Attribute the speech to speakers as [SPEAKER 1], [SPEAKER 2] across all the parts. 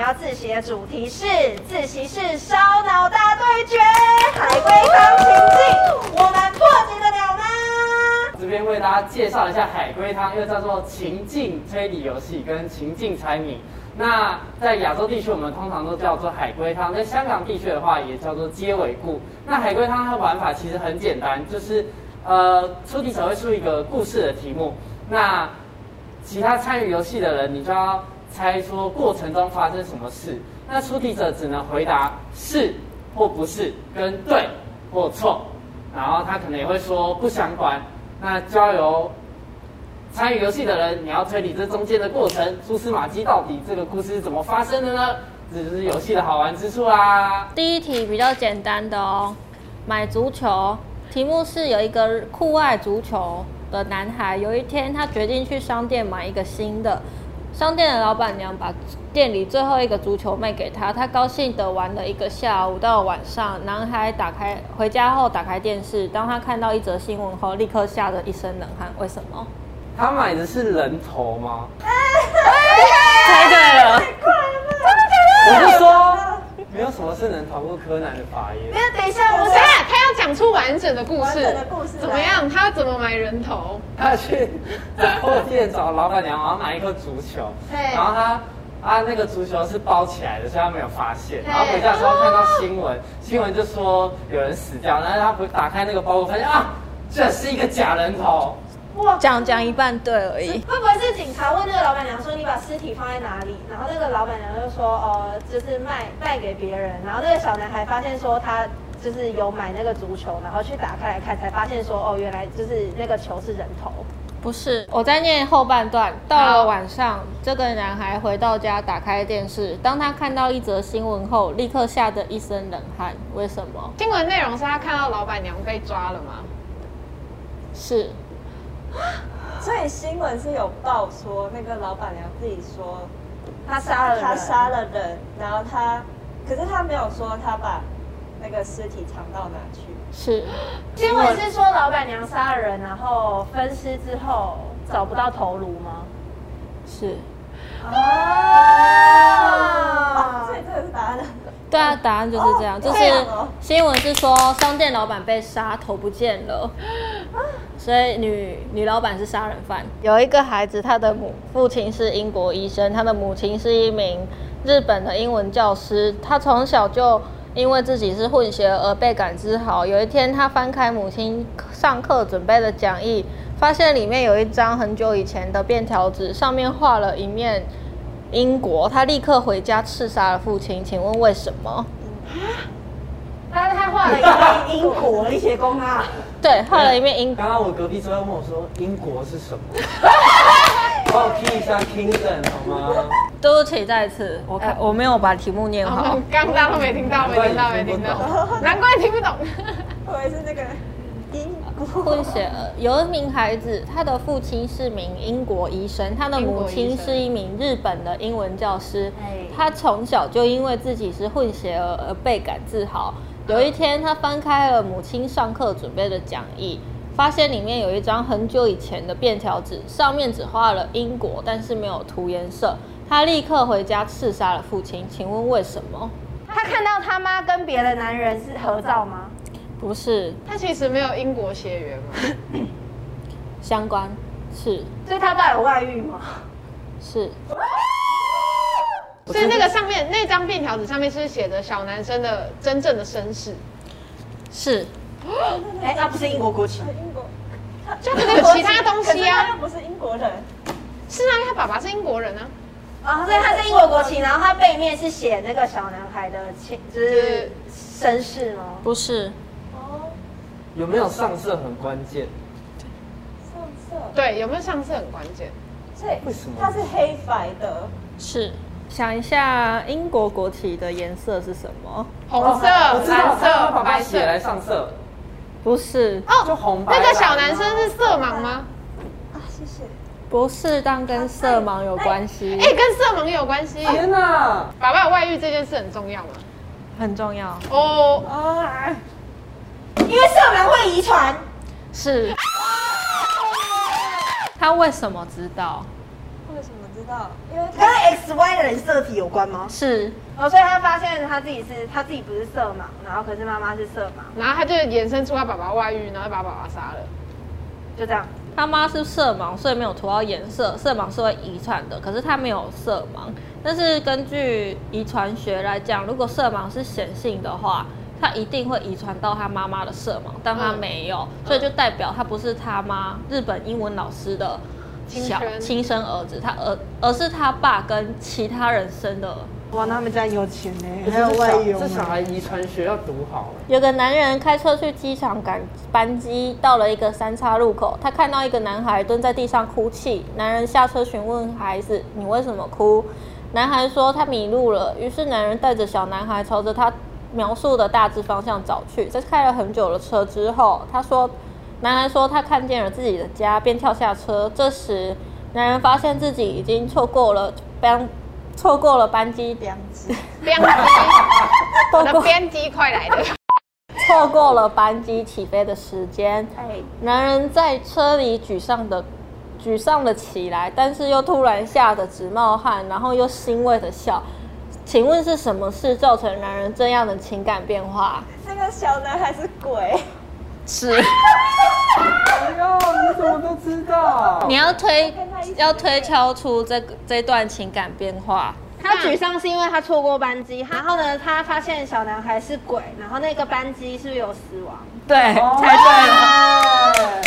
[SPEAKER 1] 要自习的主题是自习室烧脑大对决，海龟汤情境，我们破解得了吗？
[SPEAKER 2] 这边为大家介绍一下海龟汤，又叫做情境推理游戏跟情境猜谜。那在亚洲地区，我们通常都叫做海龟汤；在香港地区的话，也叫做接尾故。那海龟汤它的玩法其实很简单，就是呃，出题者会出一个故事的题目，那其他参与游戏的人，你就要猜说过程中发生什么事。那出题者只能回答是或不是，跟对或错。然后他可能也会说不相关。那交由参与游戏的人，你要推理这中间的过程，蛛丝马迹到底这个故事是怎么发生的呢？这就是游戏的好玩之处啦。
[SPEAKER 3] 第一题比较简单的哦，买足球。题目是有一个酷爱足球的男孩，有一天他决定去商店买一个新的。商店的老板娘把店里最后一个足球卖给他，他高兴的玩了一个下午。到了晚上，男孩打开回家后打开电视，当他看到一则新闻后，立刻吓得一身冷汗。为什么？
[SPEAKER 2] 他买的是人头吗？
[SPEAKER 3] 猜对了，
[SPEAKER 2] 我是说，没有什么是能逃过柯南的法
[SPEAKER 1] 因
[SPEAKER 2] 眼。
[SPEAKER 1] 为等一下我
[SPEAKER 4] 不是
[SPEAKER 1] 想，
[SPEAKER 4] 啊，他要讲出完整的故事，
[SPEAKER 1] 完整的故事
[SPEAKER 4] 怎么样？他要怎么买人头？
[SPEAKER 2] 他去杂货店找老板娘，然后买一颗足球，
[SPEAKER 1] 对
[SPEAKER 2] 然后他。啊，那个足球是包起来的，所以他没有发现。
[SPEAKER 1] 对
[SPEAKER 2] 然后回家的时候看到新
[SPEAKER 4] 哦
[SPEAKER 2] 闻，新闻就说有人死掉，然后他回打开那个包裹，发现啊，这是一个假人头。
[SPEAKER 1] 哇，
[SPEAKER 3] 讲讲一半对而已。
[SPEAKER 1] 会不会是警察问那个老板娘说你把尸体放在哪里？然后那个老板娘就说哦，就是卖卖给别人。然后那个小男孩发现说他就是有买那个足球，然后去打开来看，才发现说哦，原来就是那个球是人头。
[SPEAKER 3] 不是，我在念后半段。到了晚上，这个男孩回到家，打开电视，当他看到一则新闻后，立刻吓得一身冷汗。为什么？
[SPEAKER 4] 新闻内容是他看到老板娘被抓了吗？
[SPEAKER 3] 是
[SPEAKER 5] 所以新闻是有报说，那个老板娘自己说
[SPEAKER 1] 他杀了人，
[SPEAKER 5] 她杀了人，然后她，可是她没有说她把那个尸体藏到哪去。
[SPEAKER 3] 是，
[SPEAKER 1] 新闻是说老板娘杀了人，然后分尸之后找不到头颅吗？
[SPEAKER 3] 是。
[SPEAKER 5] 啊，
[SPEAKER 1] 哦
[SPEAKER 5] 所以这个是答案啊。
[SPEAKER 3] 对啊，答案就是这样。
[SPEAKER 5] 哦
[SPEAKER 3] 就是
[SPEAKER 5] 这样哦
[SPEAKER 3] 新闻是说商店老板被杀，头不见了，
[SPEAKER 5] 啊
[SPEAKER 3] 所以女女老板是杀人犯。有一个孩子，他的母父亲是英国医生，他的母亲是一名日本的英文教师。他从小就因为自己是混血儿而被感知好。有一天，他翻开母亲上课准备的讲义，发现里面有一张很久以前的便条纸，上面画了一面。英国，他立刻回家刺杀了父亲。请问为什么？
[SPEAKER 1] 但是他画了一个英国历险工啊，
[SPEAKER 3] 对，画了一面英
[SPEAKER 2] 刚刚我隔壁桌在问我说英国是 什么，帮我听一下 Kingdom 好吗？
[SPEAKER 3] 对不起，再一次，我看、我没有把题目念好
[SPEAKER 4] 哦，， 刚刚都没听到，没听到，没听到，难怪听不懂。
[SPEAKER 5] 我以为是那个英
[SPEAKER 3] 混
[SPEAKER 5] 国，
[SPEAKER 3] 血儿。有一名孩子，他的父亲是名英国医生，他的母亲是一名日本的英文教师
[SPEAKER 1] 哎。
[SPEAKER 3] 他从小就因为自己是混血儿而倍感自豪。有一天，他翻开了母亲上课准备的讲义，发现里面有一张很久以前的便条纸，上面只画了英国，但是没有涂颜色。他立刻回家刺杀了父亲。请问为什么？
[SPEAKER 1] 他看到他妈跟别的男人是合照吗？
[SPEAKER 3] 不是
[SPEAKER 4] 他其实没有英国血缘嘛，
[SPEAKER 3] 相关，是
[SPEAKER 1] 所以他爸有外遇吗？
[SPEAKER 3] 是
[SPEAKER 4] 所以那个上面那张便条纸上面是写着小男生的真正的身世，
[SPEAKER 3] 是
[SPEAKER 1] 哎、那不是英国国旗。
[SPEAKER 5] 英国，
[SPEAKER 4] 就可能有其他东
[SPEAKER 5] 可是
[SPEAKER 4] 西
[SPEAKER 5] 她
[SPEAKER 4] 啊
[SPEAKER 5] 又。不是英国人，
[SPEAKER 4] 是啊，因为他爸爸是英国人啊。
[SPEAKER 1] 啊，所以他是英国国旗，然后他背面是写那个小男孩的亲，就是身世吗？
[SPEAKER 3] 不是
[SPEAKER 5] 哦
[SPEAKER 2] 有没有上色很关键，
[SPEAKER 5] 上色，
[SPEAKER 4] 对，有没有上次很关键。
[SPEAKER 5] 所以
[SPEAKER 2] 为什么
[SPEAKER 5] 她是黑白的，
[SPEAKER 3] 是？想一下英国国旗的颜色是什么？
[SPEAKER 4] 红色、
[SPEAKER 2] 哦我知道
[SPEAKER 4] 蓝
[SPEAKER 2] 他
[SPEAKER 4] 色、
[SPEAKER 2] 爸爸
[SPEAKER 4] 白
[SPEAKER 2] 写来
[SPEAKER 4] 色。
[SPEAKER 2] 上色，
[SPEAKER 3] 不是，
[SPEAKER 4] 哦
[SPEAKER 2] 就红白啊
[SPEAKER 4] 那
[SPEAKER 2] 蓝
[SPEAKER 4] 个小男生是色盲吗？
[SPEAKER 5] 啊，谢谢。
[SPEAKER 3] 不是，但跟色盲有关系，
[SPEAKER 4] 哎，跟色盲有关系。
[SPEAKER 2] 天哪！
[SPEAKER 4] 爸爸有外遇这件事很重要吗？
[SPEAKER 3] 很重要。
[SPEAKER 4] 哦，
[SPEAKER 5] 啊，
[SPEAKER 1] 因为色盲会遗传。
[SPEAKER 3] 是。他为什么知道？
[SPEAKER 5] 我为什么知道？因为
[SPEAKER 6] 跟
[SPEAKER 5] 他
[SPEAKER 6] X Y 的染色体有关吗？
[SPEAKER 3] 是
[SPEAKER 1] 哦，所以他发现他自己是他自己不是色盲，然后可是妈妈是色盲，
[SPEAKER 4] 然后他就衍生出他爸爸外遇，然后把爸爸杀了。
[SPEAKER 1] 就这样。
[SPEAKER 3] 他妈是色盲，所以没有涂到颜色。色盲是会遗传的，可是他没有色盲。但是根据遗传学来讲，如果色盲是显性的话，他一定会遗传到他妈妈的色盲，但他没有，所以就代表他不是他妈日本英文老师的小
[SPEAKER 4] 亲生
[SPEAKER 3] 亲生儿子，他而而是他爸跟其他人生的。
[SPEAKER 6] 哇，那他们家有钱呢、还有
[SPEAKER 2] 这
[SPEAKER 6] 外
[SPEAKER 2] 小
[SPEAKER 6] 佣
[SPEAKER 2] 这小
[SPEAKER 6] 啊。
[SPEAKER 2] 孩遗传学要读好了。
[SPEAKER 3] 有个男人开车去机场赶班机，到了一个三岔路口，他看到一个男孩蹲在地上哭泣。男人下车询问孩子：“你为什么哭？”男孩说他迷路了。于是男人带着小男孩朝着他描述的大致方向找去。在开了很久的车之后，他说：“男孩说他看见了自己的家，便跳下车。这时，男人发现自己已经错过了班，错过了班机，
[SPEAKER 5] 两只，
[SPEAKER 4] 编辑，我
[SPEAKER 3] 错
[SPEAKER 4] 的
[SPEAKER 3] 过
[SPEAKER 4] 编辑快来的，
[SPEAKER 3] 错过了班机起飞的时间。”
[SPEAKER 5] 哎，
[SPEAKER 3] 男人在车里沮丧的沮丧的起来，但是又突然吓得直冒汗，然后又欣慰的笑。请问是什么事造成男人这样的情感变化？
[SPEAKER 5] 那个小男孩是鬼，
[SPEAKER 3] 是
[SPEAKER 2] 哎呦，你怎么都知道
[SPEAKER 3] 你？要推要推敲出这个这段情感变化。
[SPEAKER 1] 他沮丧是因为他错过班机，然后呢，他发现小男孩是鬼，然后那个班机是不是有死亡？
[SPEAKER 3] 对，
[SPEAKER 2] 猜对了。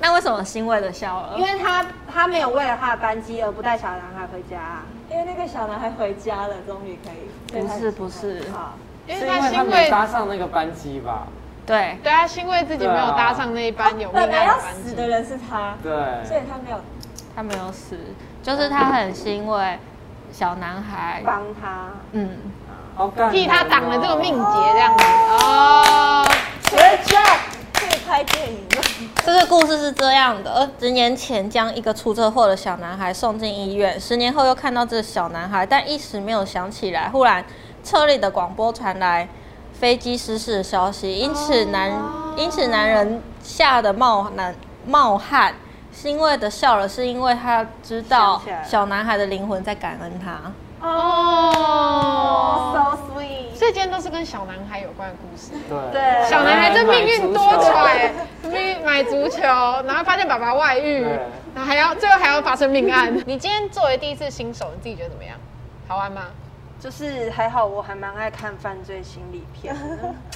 [SPEAKER 3] 那为什么欣慰的笑了
[SPEAKER 1] 因？为他他没有为了他的班机而不带小男孩回家、啊。
[SPEAKER 5] 因为那个小男孩回家了，终于可以。所以
[SPEAKER 3] 不
[SPEAKER 5] 他
[SPEAKER 3] 是不是，
[SPEAKER 5] 好，
[SPEAKER 4] 因
[SPEAKER 2] 是
[SPEAKER 4] 为
[SPEAKER 2] 因
[SPEAKER 4] 他
[SPEAKER 2] 为他
[SPEAKER 4] 欣
[SPEAKER 2] 没
[SPEAKER 4] 慰，
[SPEAKER 2] 搭上那个班机吧？
[SPEAKER 3] 对，
[SPEAKER 4] 对他欣慰自己没有搭上那一班有命
[SPEAKER 5] 本来
[SPEAKER 4] 案
[SPEAKER 5] 要
[SPEAKER 4] 的班
[SPEAKER 5] 死
[SPEAKER 4] 机。
[SPEAKER 5] 的人是他，
[SPEAKER 2] 对，
[SPEAKER 5] 所以他没有。
[SPEAKER 3] 他没有死，就是他很欣慰小男孩。
[SPEAKER 1] 帮他，
[SPEAKER 3] 嗯，
[SPEAKER 2] 好感人哦
[SPEAKER 4] 替他挡了这个命劫，这样子哦。
[SPEAKER 5] Good job，可以拍电影了。
[SPEAKER 3] 这个故事是这样的：十年前将一个出车祸的小男孩送进医院，十年后又看到这个小男孩，但一时没有想起来。忽然，车里的广播传来飞机失事的消息，因此男、
[SPEAKER 1] 哦
[SPEAKER 3] 因此男人吓得冒男冒汗，欣慰的笑了，是因为他知道
[SPEAKER 1] 想起来了
[SPEAKER 3] 小男孩的灵魂在感恩他。
[SPEAKER 4] 哦，
[SPEAKER 1] 哦、so sweet。
[SPEAKER 4] 这间都是跟小男孩有关的故事。
[SPEAKER 2] 对
[SPEAKER 1] 对
[SPEAKER 4] 小男孩这命运多舛，欸命买足球，然后发现爸爸外遇
[SPEAKER 2] 对，
[SPEAKER 4] 然后还要最后还要发生命案。你今天作为第一次新手，你自己觉得怎么样？好玩吗？
[SPEAKER 1] 就是还好，我还蛮爱看犯罪心理片的。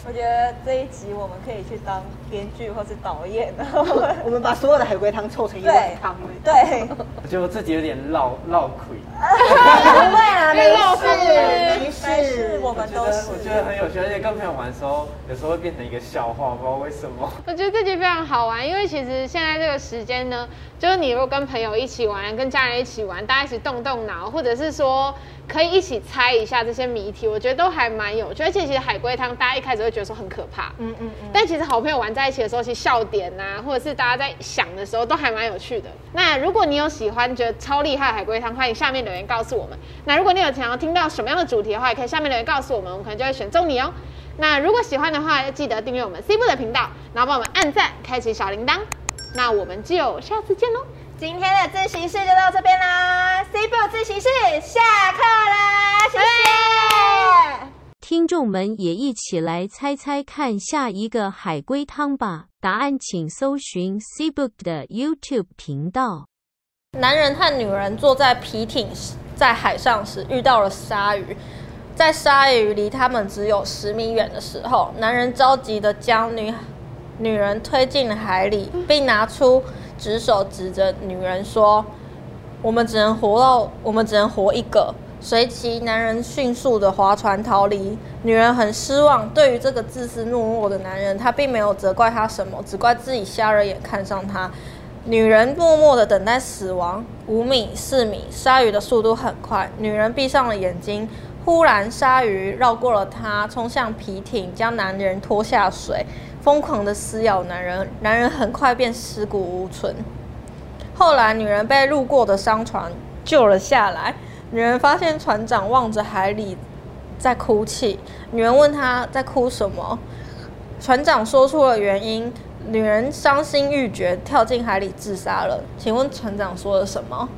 [SPEAKER 5] 我觉得这一集我们可以去当编剧或是导演，啊然后
[SPEAKER 6] 我们把所有的海龟汤凑成一碗汤欸。
[SPEAKER 5] 对，
[SPEAKER 2] 我觉得我自己有点绕绕亏。
[SPEAKER 6] 不会啊，
[SPEAKER 4] 因为老师
[SPEAKER 6] 没事，
[SPEAKER 5] 但
[SPEAKER 6] 没
[SPEAKER 5] 是
[SPEAKER 6] 事，
[SPEAKER 5] 我
[SPEAKER 6] 我们
[SPEAKER 5] 们都是
[SPEAKER 2] 我。觉得很有趣，而且跟朋友玩的时候，有时候会变成一个笑话，不知道为什么。
[SPEAKER 4] 我觉得这集非常好玩，因为其实现在这个时间呢，就是你如果跟朋友一起玩，跟家人一起玩，大家一起动动脑，或者是说可以一起猜一下这些谜题，我觉得都还蛮有趣。而且其实海龟汤大家一开始会觉得说很可怕，嗯嗯嗯，但其实好朋友玩在一起的时候，其实笑点呐、或者是大家在想的时候，都还蛮有趣的。那如果你有喜欢觉得超厉害的海龟汤，欢迎下面留言告诉我们。那如果你有想要听到什么样的主题的话，也可以下面留言告诉我们，我们可能就会选中你哦。那如果喜欢的话，要记得订阅我们 C 部的频道，然后帮我们按赞，开启小铃铛。那我们就下次见喽。
[SPEAKER 5] 今天的自习室就到这边啦，C B 自习室下课啦，谢谢。
[SPEAKER 7] 听众们也一起来猜猜看下一个海龟汤吧！答案请搜寻 C Book 的 YouTube 频道。
[SPEAKER 3] 男人和女人坐在皮艇时在海上时遇到了鲨鱼，在鲨鱼离他们只有十米远的时候，男人着急的将女女人推进了海里，并拿出指手指着女人说：“我们只能活到，我们只能活一个。”随即，男人迅速的划船逃离，女人很失望。对于这个自私懦弱的男人，她并没有责怪他什么，只怪自己瞎了眼看上他。女人默默的等待死亡，五米、四米，鲨鱼的速度很快。女人闭上了眼睛，忽然鲨鱼绕过了她，冲向皮艇，将男人拖下水，疯狂的撕咬男人。男人很快便尸骨无存。后来，女人被路过的商船救了下来。女人发现船长望着海里在哭泣，女人问他在哭什么。船长说出了原因，女人伤心欲绝，跳进海里自杀了。请问船长说了什么？